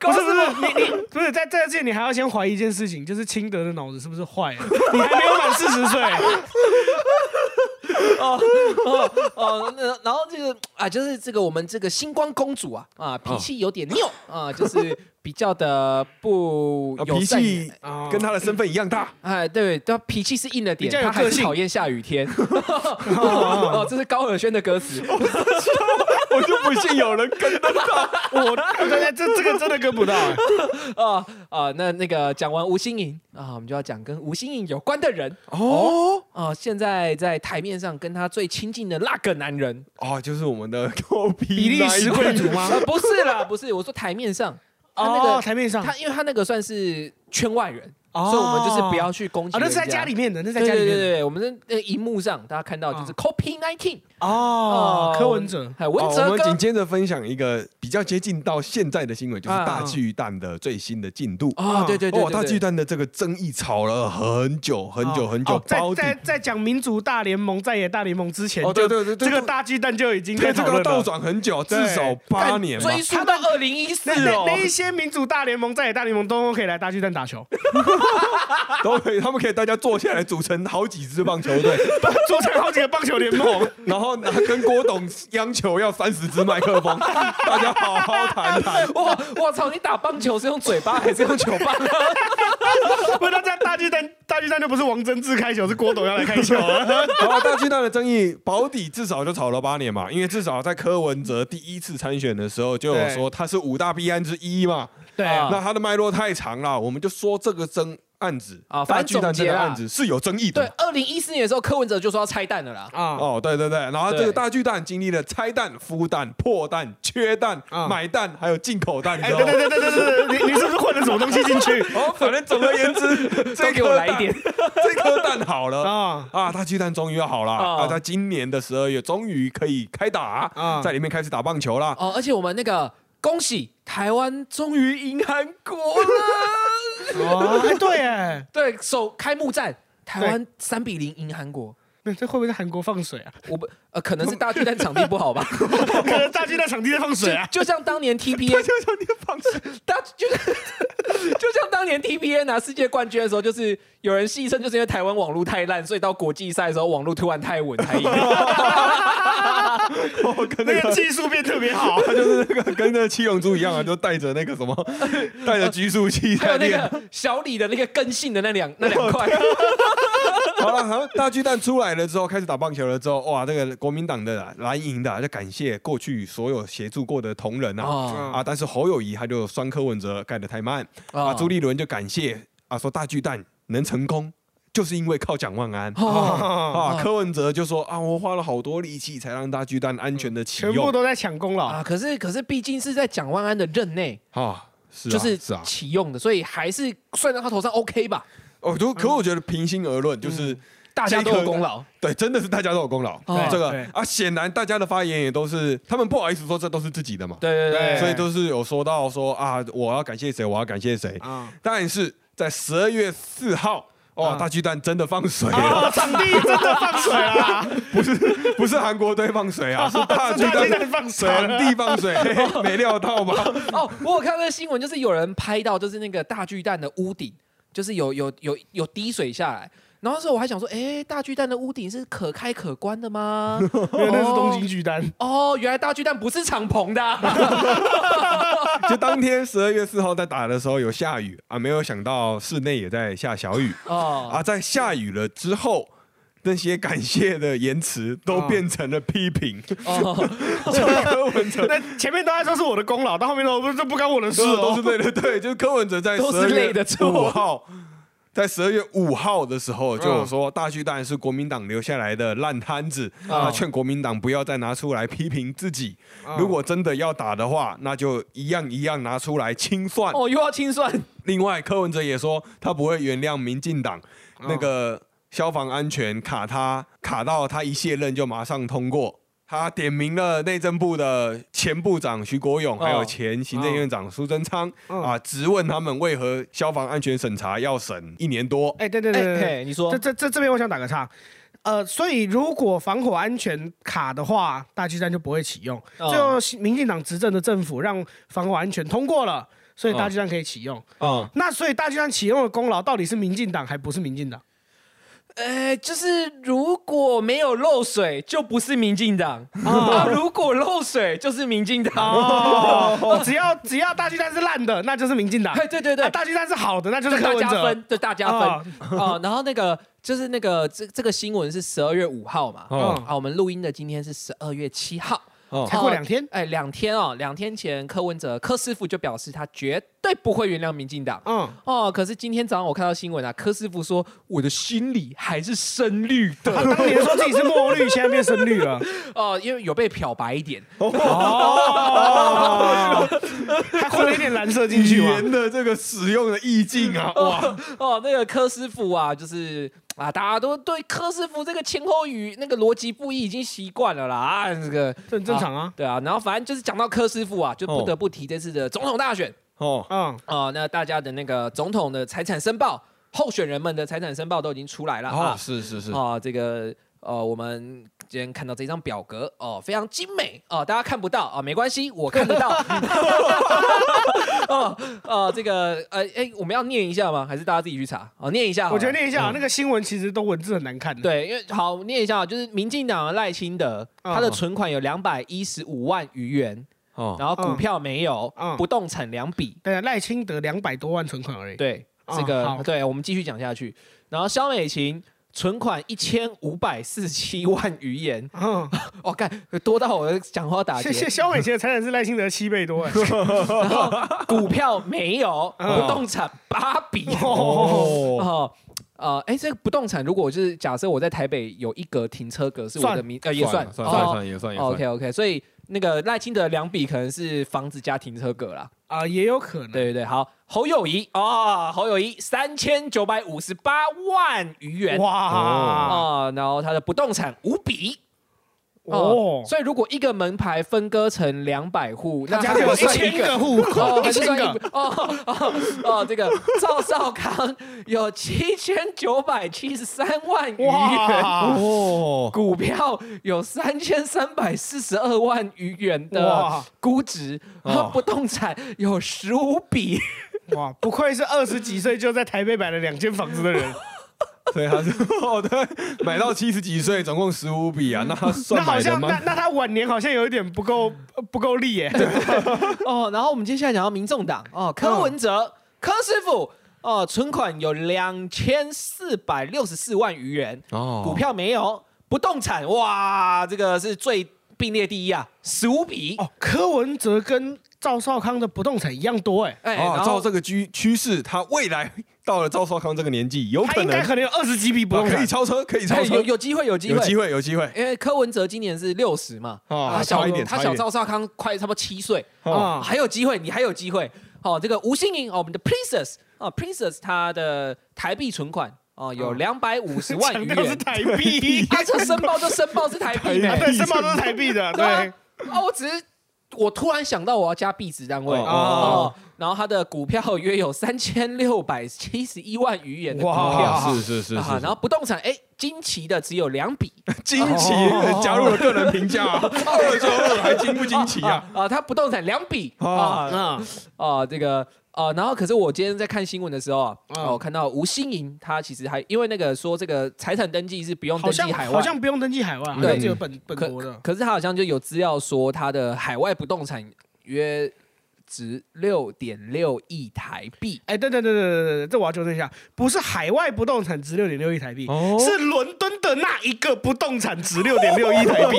Speaker 2: 搞
Speaker 3: 不是
Speaker 2: 什
Speaker 3: 不
Speaker 2: 么
Speaker 3: 是你你不是在在这之前你还要先怀疑一件事情，就是清德的脑子是不是坏了？ 你还没有满四 十岁，
Speaker 2: 哦哦哦，那然后这个啊，就是这个我们这个星光公主啊啊，脾气有点拗啊，就是比较的不
Speaker 1: 啊
Speaker 2: 友
Speaker 1: 脾
Speaker 2: 善。
Speaker 1: 气
Speaker 3: 哦
Speaker 1: 跟他的身份一样大，
Speaker 2: 哎，对，他脾气是硬了点
Speaker 3: 比较，有
Speaker 2: 他还
Speaker 3: 个
Speaker 2: 是
Speaker 3: 性
Speaker 2: 讨厌下雨天。哦，这是高尔宣的歌词。
Speaker 1: 我就不信有人跟得上。
Speaker 3: 我这这这个真的跟 不到、哎
Speaker 2: 啊啊，那那个讲完吴心颖啊，我们就要讲跟吴心颖有关的人
Speaker 1: 哦
Speaker 2: 啊。现在在台面上跟他最亲近的那个男人，
Speaker 1: 哦，就是我们的 Kobe
Speaker 3: 比利时贵族吗？
Speaker 2: 啊，不是啦，不是，我说台面上，他那
Speaker 3: 哦，
Speaker 2: 个
Speaker 3: 台面上，
Speaker 2: 他，因为他那个算是圈外人，
Speaker 3: 哦
Speaker 2: 所以我们就是不要去攻击。
Speaker 3: 哦，那是在家里。面的，那是在
Speaker 2: 对
Speaker 3: 家里
Speaker 2: 对对
Speaker 3: 面的。
Speaker 2: 对，我们的那个荧幕上大家看到就是 copy nineteen
Speaker 3: 哦，柯文哲，
Speaker 2: 还有文
Speaker 1: 哦、
Speaker 2: 哲
Speaker 1: 我们
Speaker 2: 哥
Speaker 1: 紧接着分享一个比较接近到现在的新闻，就是
Speaker 2: 啊
Speaker 1: 大巨蛋的最新的进度。
Speaker 2: 啊，对对对，
Speaker 1: 哦，
Speaker 2: 对
Speaker 1: 大
Speaker 2: 对
Speaker 1: 巨蛋的这个争议吵了很久很久
Speaker 3: 哦
Speaker 1: 很久
Speaker 3: 哦，在
Speaker 1: 包底
Speaker 3: 在在讲民主大联盟、在野大联盟之前，
Speaker 1: 哦对对对
Speaker 3: 就
Speaker 1: 对
Speaker 3: 这个大巨蛋就已经在
Speaker 1: 对这
Speaker 3: 讨
Speaker 1: 个
Speaker 3: 论
Speaker 1: 倒
Speaker 3: 了。
Speaker 1: 转很久，至
Speaker 3: 对
Speaker 1: 少八
Speaker 2: 但
Speaker 1: 年吧。
Speaker 2: 追溯到二零一四
Speaker 3: 那那
Speaker 2: 哦
Speaker 3: 那。一些民主大联盟、在野大联盟都可以来大巨蛋打球，
Speaker 1: 都可以，他们可以大家坐下来组成好几支棒球队，
Speaker 3: 组成好几个棒球联盟，
Speaker 1: 然后拿跟郭董央求要三十支麦克风，大家好好谈啊 谈。
Speaker 2: 哇，我操！你打棒球是用嘴巴还是用球棒？啊
Speaker 3: 不是那这样大巨蛋，大巨蛋就不是王贞治开球，是郭董要来开球了。
Speaker 1: 然后大巨蛋的争议，保底至少就吵了八年嘛，因为至少在柯文哲第一次参选的时候就有说他是五大弊案之一嘛，
Speaker 3: 对
Speaker 2: 啊
Speaker 1: 那他的脉络太长了，我们就说这个争案子
Speaker 2: 啊
Speaker 1: 大
Speaker 2: 反正
Speaker 1: 巨蛋这
Speaker 2: 总结
Speaker 1: 个
Speaker 2: 啦
Speaker 1: 案子是有争议的
Speaker 2: 对，。二零一四年的时候，柯文哲就说要拆弹了啦。
Speaker 3: 啊，
Speaker 1: 哦，对对对，然后这
Speaker 2: 对
Speaker 1: 个大巨蛋经历了拆弹、孵蛋、破蛋、缺蛋、
Speaker 3: 啊
Speaker 1: 买蛋，还有进口蛋，你
Speaker 3: 哎，
Speaker 1: 知道
Speaker 3: 对
Speaker 1: 吗？
Speaker 3: 对对对对对，你你是不是混了什么东西进去
Speaker 1: 哦，反正总而言之，
Speaker 2: 都
Speaker 1: 这
Speaker 2: 给我
Speaker 1: 颗
Speaker 2: 来一
Speaker 1: 蛋
Speaker 2: 点，
Speaker 1: 这颗蛋好了
Speaker 3: 啊？
Speaker 1: 啊，大巨蛋终于要好了
Speaker 2: 哦
Speaker 1: 啊，在今年的十二月终于可以开
Speaker 3: 啊
Speaker 1: 打，在里面开始打棒球啦。
Speaker 2: 哦，而且我们那个恭喜台湾终于赢韩国 了，
Speaker 3: 哦，哎对哎，
Speaker 2: 对，首开幕战台湾三比零赢韩国，
Speaker 3: 那这会不会在韩国放水啊？
Speaker 2: 我不呃可能是大巨蛋场地不好吧，
Speaker 3: 可能大巨蛋场地在放水啊。
Speaker 2: 就就像当 年 TPA
Speaker 1: 就像你的方式，
Speaker 2: 大就是 就像当年 TBA 拿世界冠军的时候，就是有人戏称，就是因为台湾网络太烂，所以到国际赛的时候网络突然太稳 才赢。
Speaker 1: 哦
Speaker 2: 哦
Speaker 1: 我跟
Speaker 3: 那
Speaker 1: 那
Speaker 3: 个
Speaker 1: 个。
Speaker 3: 技术变特别好，
Speaker 1: 他就是那个跟那个七龙珠一样啊，就带着那个什么， 带着拘束器
Speaker 2: 还
Speaker 1: 在
Speaker 2: 有那
Speaker 1: 练。
Speaker 2: 个小李的那个根性的那两那两块，
Speaker 1: 好了，好，大巨蛋出来了之后，开始打棒球了之后，哇，这个国民党的啊蓝营的啊就感谢过去所有协助过的同仁啊，
Speaker 2: 哦
Speaker 1: 啊，但是侯友谊他就酸柯文哲盖得太慢，
Speaker 2: 哦
Speaker 1: 啊，朱立伦就感谢啊说大巨蛋能成功。就是因为靠蒋万安
Speaker 2: 哦
Speaker 1: 啊，柯文哲就说啊，我花了好多力气才让大巨蛋安全的启
Speaker 3: 全部
Speaker 1: 用
Speaker 3: 都在抢功劳。
Speaker 2: 啊！可是可是毕竟是在蒋万安的任内，
Speaker 1: 啊，是啊
Speaker 2: 就是
Speaker 1: 是啊，
Speaker 2: 启用的，所以还是算到他头上 OK 吧，
Speaker 1: 哦，就可我觉得平心而论，就是
Speaker 2: 大家都有功劳。
Speaker 1: 对，真的是大家都有功劳
Speaker 2: 哦。
Speaker 1: 这
Speaker 3: 对
Speaker 1: 个啊，显然大家的发言也都是他们不好意思说这都是自己的嘛，
Speaker 2: 对对对，
Speaker 1: 所以都是有说到说啊，我要感谢谁，我要感谢谁。
Speaker 3: 啊，
Speaker 1: 但是在十二月四号，哦，
Speaker 3: 啊
Speaker 1: 大巨蛋真的放水了，
Speaker 3: 哦，场地真的放水啦，
Speaker 1: 不是不是韩国队放水啊，是大巨
Speaker 3: 大
Speaker 1: 蛋
Speaker 3: 巨蛋放水了
Speaker 1: 场地放 水， 嘿嘿没料到吧？
Speaker 2: 哦，我有看到那个新闻，就是有人拍到，就是那个大巨蛋的屋顶，就是有有有有滴水下来。然后那时候我还想说，哎，大巨蛋的屋顶是可开可关的 吗？
Speaker 3: 原来那是东京巨蛋。
Speaker 2: 哦，原来大巨蛋不是敞篷的 啊、
Speaker 1: 就当天十二月四号在打的时候有下雨啊，没有想到室内也在下小雨
Speaker 2: 哦。
Speaker 1: 啊，在下雨了之后。那些感谢的言辞都
Speaker 3: 啊
Speaker 1: 变成了批 评，
Speaker 2: 哦，
Speaker 1: 柯文哲
Speaker 3: 那前面都在说是我的功劳，到后面都不这不干我的事
Speaker 1: 是都
Speaker 3: 哦
Speaker 1: 是。对的，对，就是柯文哲在
Speaker 2: 都是累的错
Speaker 1: 五号，在十二月五号的时
Speaker 2: 嗯
Speaker 1: 候就有说，大巨蛋是国民党留下来的烂摊子，
Speaker 2: 嗯
Speaker 1: 他劝国民党不要再拿出来批评自己，
Speaker 2: 嗯
Speaker 1: 如果真的要打的话，那就一样一样拿出来清算。
Speaker 2: 哦，又要清算
Speaker 1: 另外，柯文哲也说他不会原谅民进党那个消防安全卡他卡到他一卸任就马上通过。他点名了内政部的前部长徐国勇，
Speaker 2: 哦
Speaker 1: 还有前行政院长苏贞昌
Speaker 3: 嗯
Speaker 1: 啊，质问他们为何消防安全审查要审一年多。
Speaker 3: 哎，对对
Speaker 2: 哎。
Speaker 3: 对对对
Speaker 2: 嘿，你说
Speaker 3: 这这这这边我想打个岔，呃，所以如果防火安全卡的话，大巨蛋就不会启用。
Speaker 2: 哦
Speaker 3: 最后民进党执政的政府让防火安全通过了，所以大巨蛋可以启
Speaker 2: 哦
Speaker 3: 用。
Speaker 1: 啊，
Speaker 3: 那所以大巨蛋启用的功劳到底是民进党还不是民进党？
Speaker 2: 哎，就是如果没有漏水，就不是民进党啊；如果漏水，就是民进党。
Speaker 3: 哦，只要只要大巨蛋是烂的，那就是民进党。
Speaker 2: 哎，对对对
Speaker 3: 啊，大巨蛋是好的，那就是
Speaker 2: 对
Speaker 3: 柯
Speaker 2: 大
Speaker 3: 文
Speaker 2: 家
Speaker 3: 哲。
Speaker 2: 分，对大家 分啊。然后那个就是那个这这个新闻是十二月五号嘛，
Speaker 3: 嗯
Speaker 1: 哦
Speaker 2: 啊，我们录音的今天是十二月七号，
Speaker 1: 哦
Speaker 3: 才过两天
Speaker 2: 哎，两天哦，两天前柯文哲柯师傅就表示他绝对不会原谅民进党。
Speaker 3: 嗯，
Speaker 2: 哦，可是今天早上我看到新闻啊，柯师傅说我的心里还是深绿
Speaker 3: 他
Speaker 2: 的
Speaker 3: 当年说自己是墨绿，现在变深绿了。
Speaker 2: 哦，因为有被漂白一点，
Speaker 3: 哦，还混了一点蓝色进
Speaker 1: 语
Speaker 3: 去吗？
Speaker 1: 言的这个使用的意境啊，哇，
Speaker 2: 哦，那个柯师傅啊，就是啊，大家都对柯师傅这个前后语那个逻辑不一已经习惯了啦，啊，这个
Speaker 3: 这很正常啊。
Speaker 2: 对啊，然后反正就是讲到柯师傅啊，就不
Speaker 3: 哦
Speaker 2: 得不提这次的总统大选
Speaker 1: 哦，
Speaker 3: 嗯，
Speaker 2: 啊、那大家的那个总统的财产申报，候选人们的财产申报都已经出来了
Speaker 1: 哦，
Speaker 2: 啊。
Speaker 1: 是是是，
Speaker 2: 啊，这个呃，我们今天看到这张表格哦，非常精美哦，大家看不到啊、哦，没关系，我看得 到。 哦哦，这个呃，哎，我们要念一下吗？还是大家自己去查？哦，念一下好了。
Speaker 3: 我觉得念一下、那个新闻，其实都文字很难看的。
Speaker 2: 对，因为好念一下啊，就是民进党的赖清德，
Speaker 3: 嗯
Speaker 2: 他的存款有两百一十五万余元，
Speaker 1: 哦，
Speaker 2: 然后股票没有
Speaker 3: 嗯，嗯
Speaker 2: 不动产两笔。
Speaker 3: 对啊，赖清德两百多万存款而已。
Speaker 2: 对，
Speaker 3: 嗯
Speaker 2: 这个
Speaker 3: 好
Speaker 2: 对，我们继续讲下去。然后肖美琴存款一千五百四十七万余元，
Speaker 3: 嗯，
Speaker 2: 哦，干多到我讲话打
Speaker 3: 谢谢
Speaker 2: 结。
Speaker 3: 肖美琴的财产是赖清德七倍多哎。
Speaker 2: 然后股票没有，
Speaker 3: 嗯
Speaker 2: 不动产八笔。
Speaker 1: 哦，
Speaker 2: 哦，呃，哎，这个不动产，如果就是假设我在台北有一格停车格是我的
Speaker 3: 算
Speaker 2: 名，呃，也算，
Speaker 1: 算
Speaker 2: 哦
Speaker 1: 算算也算也算。
Speaker 2: OK OK，所以那个赖清德两笔可能是房子加停车格啦。
Speaker 3: 啊、也有可能。
Speaker 2: 对对对，好，侯友谊啊、侯友谊三千九百五十八万余元
Speaker 3: 哇
Speaker 2: 啊、然后他的不动产五笔。
Speaker 3: 哦，
Speaker 2: 所以如果一个门牌分割成两百户，那他
Speaker 3: 他家里有一
Speaker 2: 算
Speaker 3: 千
Speaker 2: 个
Speaker 3: 个户
Speaker 2: 哦，
Speaker 3: 口，
Speaker 2: 还
Speaker 3: 一
Speaker 2: 是
Speaker 3: 千
Speaker 2: 算一
Speaker 3: 个。
Speaker 2: 个哦哦哦哦，这个赵少康有七千九百七十三万余元，
Speaker 3: 哇
Speaker 1: 哦，
Speaker 2: 股票有三千三百四十二万余元的
Speaker 3: 哇
Speaker 2: 估值，
Speaker 1: 哦
Speaker 2: 然后不动产有十五笔，
Speaker 3: 哇，不愧是二十几岁就在台北买了两间房子的人，
Speaker 1: 对，他是哦，对，买到七十几岁，总共十五笔啊，那他
Speaker 3: 那
Speaker 1: 算
Speaker 3: 好
Speaker 1: 买的
Speaker 3: 像那
Speaker 1: 吗？
Speaker 3: 那他晚年好像有一点不够呃不够力耶。
Speaker 2: 哦，然后我们接下来讲到民众党哦，柯文
Speaker 1: 嗯
Speaker 2: 哲、柯师傅哦，存款有两千四百六十四万余元，
Speaker 1: 哦
Speaker 2: 股票没有，不动产哇，这个是最并列第一啊，十五笔。
Speaker 3: 哦，柯文哲跟赵少康的不动产一样多哎，
Speaker 2: 哎，
Speaker 1: 哦，
Speaker 2: 然
Speaker 1: 照
Speaker 2: 后
Speaker 1: 这个趋趋势，他未来到了赵少康这个年纪，有
Speaker 3: 他
Speaker 1: 可
Speaker 3: 应该
Speaker 1: 能
Speaker 3: 可能有二十几笔不
Speaker 1: 啊
Speaker 3: 动
Speaker 1: 可以
Speaker 3: 产。
Speaker 1: 超车，可以
Speaker 2: 哎
Speaker 1: 超车
Speaker 2: 有，有机会，有机
Speaker 1: 有
Speaker 2: 会，
Speaker 1: 机会，有机
Speaker 3: 哎
Speaker 1: 会。
Speaker 2: 因为柯文哲今年是六十嘛，
Speaker 1: 哦
Speaker 2: 他小
Speaker 1: 差一点
Speaker 2: 他
Speaker 1: 差一
Speaker 2: 小
Speaker 1: 点
Speaker 2: 赵少康快差不多七岁，
Speaker 1: 哦，
Speaker 3: 啊
Speaker 2: 还有机会，你还有机会。哦，这个吴欣颖哦，我们的 Princess 哦 Princess 她的台币存款哦有
Speaker 3: 哦
Speaker 2: 两百五十万 余
Speaker 3: 强调是
Speaker 2: 元，
Speaker 3: 台币，
Speaker 2: 啊，这申报就申报是 台币呢
Speaker 3: 啊，对，申报都是台币的，
Speaker 2: 对啊
Speaker 3: 对，，
Speaker 2: 啊，我只是我突然想到我要加币值单位
Speaker 1: 哦
Speaker 2: 哦，然后他的股票约有三千六百七十一万余元的股
Speaker 3: 哇
Speaker 2: 票。
Speaker 1: 啊，是是是
Speaker 2: 啊，
Speaker 1: 是，
Speaker 2: 然后不动产，哎，惊奇的只有两笔，
Speaker 1: 惊奇
Speaker 3: 哦
Speaker 1: 加入了个人评价 啊，二周二还惊不惊奇啊？
Speaker 2: 啊，他不动产两笔啊
Speaker 1: 啊
Speaker 3: 啊，
Speaker 2: 啊，这个啊，然后可是我今天在看新闻的时候啊，
Speaker 3: 嗯
Speaker 2: 啊我看到吴欣盈她其实还因为那个说这个财产登记是不用
Speaker 3: 好
Speaker 2: 登
Speaker 3: 像
Speaker 2: 记海外，
Speaker 3: 好像不用登记海外，好
Speaker 2: 对
Speaker 3: 像只有本本
Speaker 2: 可
Speaker 3: 国的。
Speaker 2: 可是她好像就有资料说她的海外不动产约值六点六亿台币。
Speaker 3: 哎，等等等等等等等，这我要纠正一下，不是海外不动产值六点六亿台币，
Speaker 1: 哦
Speaker 3: 是伦敦的那一个不动产值六点六亿台币。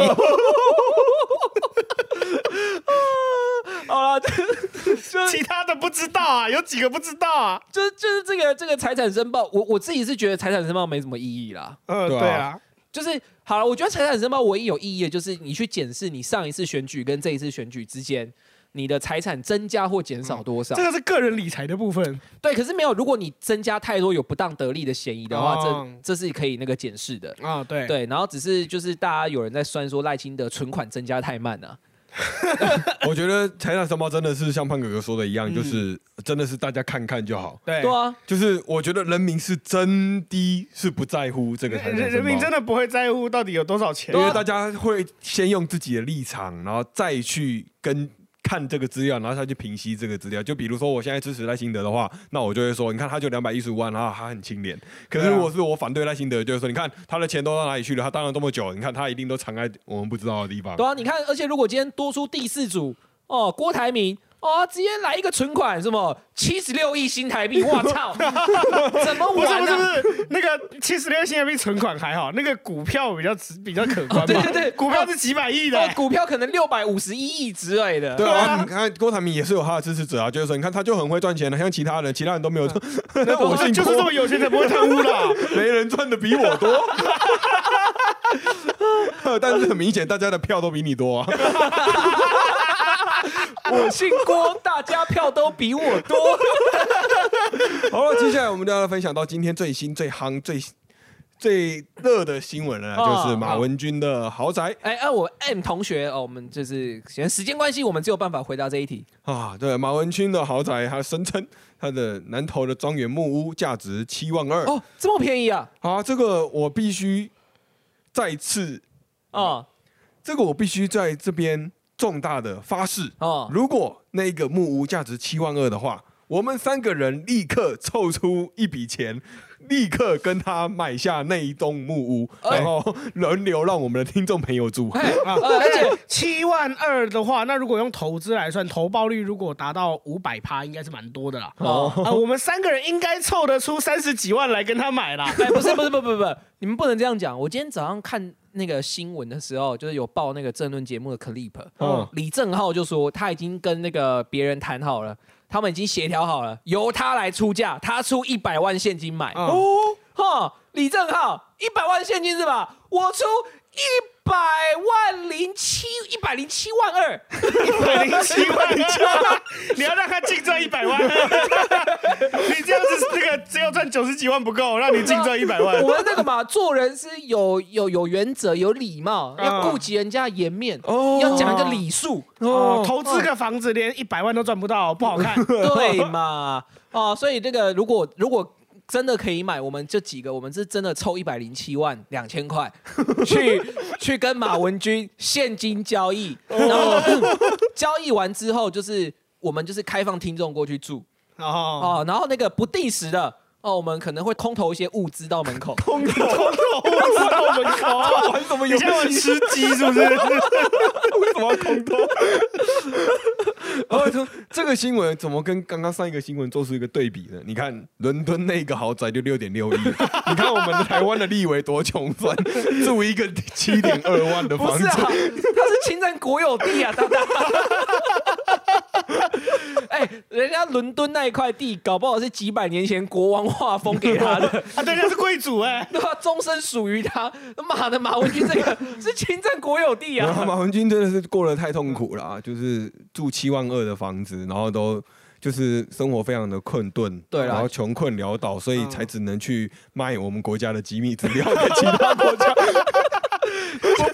Speaker 2: 好了，就
Speaker 3: 其他的不知道啊，有几个不知道啊？
Speaker 2: 就就是这个这个财产申报，我我自己是觉得财产申报没什么意义啦。
Speaker 3: 嗯，
Speaker 1: 对啊
Speaker 3: 对啊，
Speaker 2: 就是好了，我觉得财产申报唯一有意义的就是你去检视你上一次选举跟这一次选举之间你的财产增加或减少多少。
Speaker 3: 嗯这个是个人理财的部分。
Speaker 2: 对，可是没有，如果你增加太多有不当得利的嫌疑的话，
Speaker 3: 哦
Speaker 2: 这这是可以那个检视的。
Speaker 3: 啊，对，
Speaker 2: 对，然后只是就是大家有人在酸说赖清德存款增加太慢了、啊
Speaker 1: 我觉得财产申报真的是像胖哥哥说的一样，就是真的是大家看看就好。
Speaker 3: 嗯对
Speaker 2: 对啊，
Speaker 1: 就是我觉得人民是真的是不在乎这个财
Speaker 3: 人
Speaker 1: 产申
Speaker 3: 人
Speaker 1: 报，
Speaker 3: 人民真的不会在乎到底有多少钱
Speaker 1: 因。为大家会先用自己的立场，然后再去跟看这个资料，然后再去平息这个资料。就比如说，我现在支持赖幸德的话，那我就会说，你看他就两百一十五万，然后他很清廉。可是
Speaker 3: 对啊
Speaker 1: 如果是我反对赖幸德，就会说，你看他的钱都到哪里去了？他当了这么久，你看他一定都藏在我们不知道的地方
Speaker 2: 对。啊，你看，而且如果今天多出第四组哦，郭台铭哦，直接来一个存款什么七十六亿新 台币，我操，怎么
Speaker 3: 不是
Speaker 2: 玩
Speaker 3: 不
Speaker 2: 呢、
Speaker 3: 是
Speaker 2: 啊？
Speaker 3: 不是，那个七十六新台币存款还好，那个股票比较值比较可观嘛。
Speaker 2: 哦对对对
Speaker 3: 股票是几百亿的
Speaker 2: 哦，。股票可能六百五十一亿之类的，
Speaker 1: 对
Speaker 3: 对
Speaker 1: 啊，
Speaker 3: 啊
Speaker 1: 你看郭台铭也是有他的支持者啊，就是说，你看他就很会赚钱啊的，像其他人，其他人都没有赚， 我
Speaker 3: 哦
Speaker 1: 姓
Speaker 3: 就是这么
Speaker 1: 郭，
Speaker 3: 有钱才不会贪污啦。
Speaker 1: 没人赚的比我多。 但是很明显，大家的票都比你多啊。
Speaker 2: 我姓郭，大家票都比我多。
Speaker 1: 好了，接下来我们就要分享到今天最新、最夯、最最热的新闻了，
Speaker 2: 哦
Speaker 1: 就是马文君的豪宅
Speaker 2: 哎，啊，我 M 同学哦，我们就是嫌时间关系，我们只有办法回答这一题。
Speaker 1: 啊。对，马文君的豪宅，他声称他的南投的庄园木屋价值
Speaker 2: 哦
Speaker 1: 七万二。啊
Speaker 2: 哦，这么便宜啊？
Speaker 1: 啊，这个我必须再次
Speaker 2: 哦
Speaker 1: 这个我必须在这边重大的发誓，
Speaker 2: 哦，
Speaker 1: 如果那个木屋价值七万二的话，我们三个人立刻凑出一笔钱，立刻跟他买下那一栋木屋，
Speaker 2: 哎
Speaker 1: 然后轮流让我们的听众朋友住。
Speaker 2: 哎
Speaker 3: 啊，
Speaker 2: 呃
Speaker 3: 而
Speaker 2: 而且
Speaker 3: 且 七万二的话，那如果用投资来算，投报率如果达到五百趴，应该是蛮多的啦。
Speaker 2: 哦
Speaker 3: 啊，我们三个人应该凑得出三十几万来跟他 买啦。
Speaker 2: 哎，不是不是不不不不，你们不能这样讲。我今天早上看那个新闻的时候，就是有报那个政论节目的 clip，
Speaker 1: 嗯
Speaker 2: 李正浩就说他已经跟那个别人谈好了，他们已经协调好了，由他来出价，他出一百万现金买。
Speaker 3: 啊
Speaker 1: 哦，
Speaker 2: 哈，李正浩一百万现金是吧？我出一百万零七一百零七万二，
Speaker 3: 一百零七万 加，你要让他净赚一百万， 你这样子那个只有赚九十几万不够，让你净赚一百
Speaker 1: 嗯
Speaker 3: 万
Speaker 2: 我。们那个嘛， 做人是有有有原则、有礼貌，
Speaker 3: 啊
Speaker 2: 要顾及人家的颜面，
Speaker 1: 嗯哦
Speaker 2: 要讲一个礼数，
Speaker 3: 哦，嗯投资个房子连一百万都赚不到，不好 看。
Speaker 2: 对嘛？哦，所以这个如果如果真的可以买，我们这几个我们是真的凑一百零七万两千块去去跟马文君现金交易，然后、交易完之后就是我们就是开放听众过去住
Speaker 3: 哦，
Speaker 2: 哦，然后那个不定时的哦，我们可能会空投一些物资到门口。
Speaker 1: 空投
Speaker 3: 哦知道门口啊，
Speaker 1: 玩什么
Speaker 3: 你
Speaker 1: 游
Speaker 3: 现在玩
Speaker 1: 戏？
Speaker 3: 吃鸡是不是？
Speaker 1: 为什么要空投？ 哦，这这个新闻怎么跟刚刚上一个新闻做出一个对比呢？你看伦敦那个豪宅就六点 六亿，你看我们台湾的立委多穷酸，住一个七点二万的
Speaker 2: 不
Speaker 1: 房
Speaker 2: 是
Speaker 1: 子
Speaker 2: 啊，，他是侵占国有地啊，大大。 哎、人家伦敦那一块地，搞不好是几百年前国王划封给他的，
Speaker 3: 啊，对，那是贵族哎。
Speaker 2: 对吧？啊终身属于他。妈的，马文君这个是侵占国有地
Speaker 1: 然后
Speaker 2: 啊！
Speaker 1: 马文君真的是过得太痛苦了、啊，就是住七万二的房子，然后都就是生活非常的困顿，
Speaker 2: 对啦嗯
Speaker 1: 然后穷困潦倒，所以才只能去卖我们国家的机密资料给其他国家。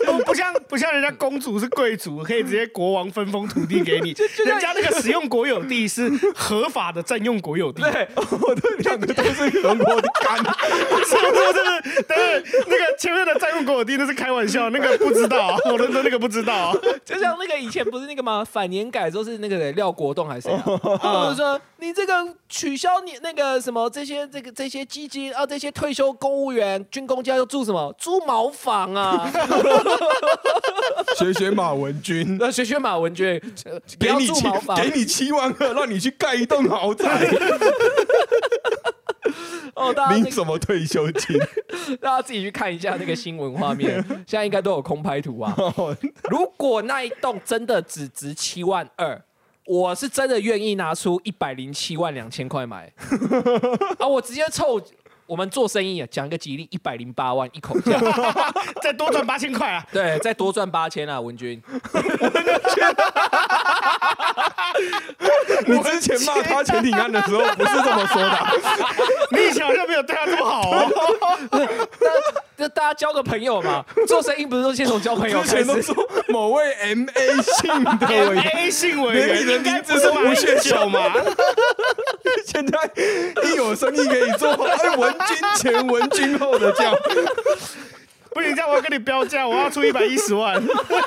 Speaker 3: 不不不像不像人家公主是贵族，可以直接国王分封土地给 你，人家那个使用国有地是合法的占用国有 地，啊
Speaker 2: 对，
Speaker 1: 我的两个都是中国的干，
Speaker 3: 是不是？是不是？但是那个前面的占用国有地那是开玩笑，那个不知道 啊，我的那个不知道啊。
Speaker 2: 就像那个以前不是那个吗？反年改之后是那个谁廖国栋还是谁 啊？他们说你这个取消你那个什么这些这个这些基金啊，这些退休公务员、军工家要住什么？租茅房 啊！
Speaker 1: 学学马文君。
Speaker 2: 那学学马文君，呃 不
Speaker 1: 给
Speaker 2: 要
Speaker 1: 你
Speaker 2: 住
Speaker 1: 七
Speaker 2: 茅房，
Speaker 1: 给你七万二，让你去盖一栋豪 宅，
Speaker 2: 哦，大家那
Speaker 1: 领
Speaker 2: 个
Speaker 1: 什么退休 金？
Speaker 2: 大家自己去看一下那个新闻画面， 现在应该都有空拍图啊。 如果那一栋真的只值七万二，我是真的愿意拿出一百零七万两千 块买啊！我直接凑我们做生意啊，讲一个吉利，一百零八万一口价，
Speaker 3: 再多赚八千块 啊！
Speaker 2: 对，再多赚八千啊，文 君。
Speaker 1: 你之前骂他潜艇案的时候不是这么说的啊，
Speaker 3: 你以前好像没有对他这么好 哦。
Speaker 2: 那大家交个朋友嘛，做生意不是都先从交朋友
Speaker 1: 之
Speaker 2: 开
Speaker 1: 前都
Speaker 2: 始？
Speaker 1: 说某位 M A 姓 的委员
Speaker 3: A 姓委
Speaker 1: 连你
Speaker 3: 员
Speaker 1: 的
Speaker 3: 应该
Speaker 1: 名字
Speaker 3: 不
Speaker 1: 都
Speaker 3: 是
Speaker 1: 不
Speaker 3: 马
Speaker 1: 屑
Speaker 3: 英九嘛？
Speaker 1: 现在一有生意可以做，哎，文君前文君后的叫，
Speaker 3: 不行，这样我要跟你标价，我要出一百一十万。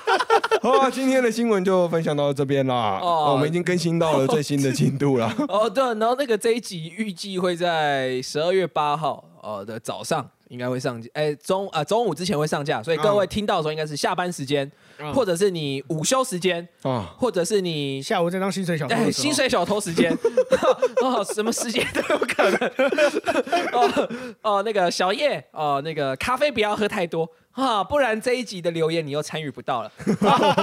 Speaker 1: 好、啊，今天的新闻就分享到这边啦。
Speaker 2: 哦
Speaker 1: 哦，我们已经更新到了最新的进度啦。
Speaker 2: 哦，对，然后那个这一集预计会在十二月八号呃的早上应该会上架，哎中啊、中午之前会上架，所以各
Speaker 1: 嗯
Speaker 2: 位听到的时候应该是下班时间，或者是你午休时间，
Speaker 1: 啊，
Speaker 2: 或者是你
Speaker 3: 下午再当薪水小偷的时候
Speaker 2: 哎，薪水小偷时间 哦，什么时间都有可能。 哦哦，那个小叶哦，那个咖啡不要喝太多啊，不然这一集的留言你又参与不到了。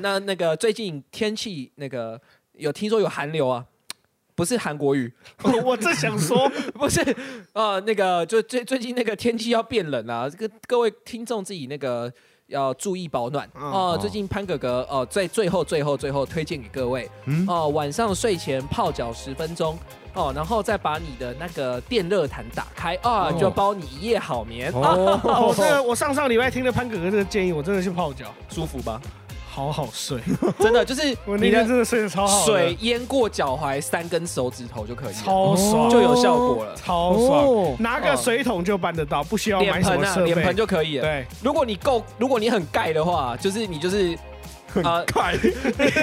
Speaker 2: 那那个最近天气那个有听说有寒流啊，不是韩国语，
Speaker 3: 我我正 想说，
Speaker 2: 不是呃那个就最最近那个天气要变冷啊，这个各位听众自己那个。要注意保暖
Speaker 3: 嗯
Speaker 2: 哦、
Speaker 1: 哦
Speaker 2: 最近潘哥哥哦、最最后最后最后推荐给各位，
Speaker 1: 嗯，
Speaker 2: 哦，晚上睡前泡脚十分钟哦，然后再把你的那个电热毯打开啊，
Speaker 1: 哦
Speaker 2: 就包你一夜 好眠，啊
Speaker 1: 哦，
Speaker 3: 我这个我上上礼拜听了潘哥哥这个建议，我真的去泡脚，
Speaker 2: 舒服吧？
Speaker 3: 好好睡，
Speaker 2: 真的就是
Speaker 3: 我那
Speaker 2: 你
Speaker 3: 天真
Speaker 2: 的
Speaker 3: 的睡得超好的，
Speaker 2: 水淹过脚踝三根手指头就可以了，
Speaker 3: 超爽，
Speaker 2: 哦就有效果了。
Speaker 3: 超爽
Speaker 1: 哦，
Speaker 3: 拿个水桶就办得到，不需要买
Speaker 2: 脸
Speaker 3: 什
Speaker 2: 盆
Speaker 3: 么
Speaker 2: 啊，
Speaker 3: 设备，
Speaker 2: 脸盆就可以了。
Speaker 3: 对，
Speaker 2: 如果你够，如果你很盖的话，就是你就是啊，
Speaker 1: 盖，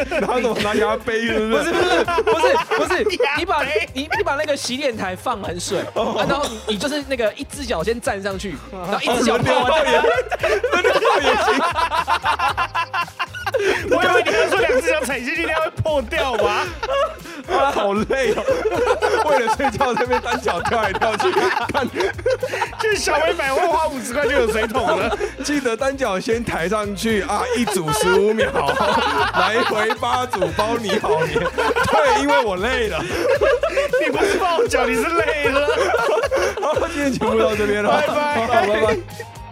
Speaker 1: 然后怎么 拿牙杯是不
Speaker 2: 不是
Speaker 1: 是？
Speaker 2: 不是不是不是
Speaker 3: 呀，
Speaker 2: 你把你你把那个洗脸台放很水，啊然后你你就是那个一只脚先站上去，然后一只脚泡完再
Speaker 3: 我以为你要说两只脚踩进去，应该会破掉吧？
Speaker 1: 啊好累哦， 为了睡觉这边单脚跳来跳去，看
Speaker 3: 就是小微百万花五十块就有水桶了，
Speaker 1: 记得单脚先抬上去啊，一组十五秒， 来回八组，包你好年。对，因为我累了。
Speaker 3: 你不是抱脚，你是累了。
Speaker 1: 好，今天节目到这边了，
Speaker 3: 拜拜
Speaker 1: 好，拜拜。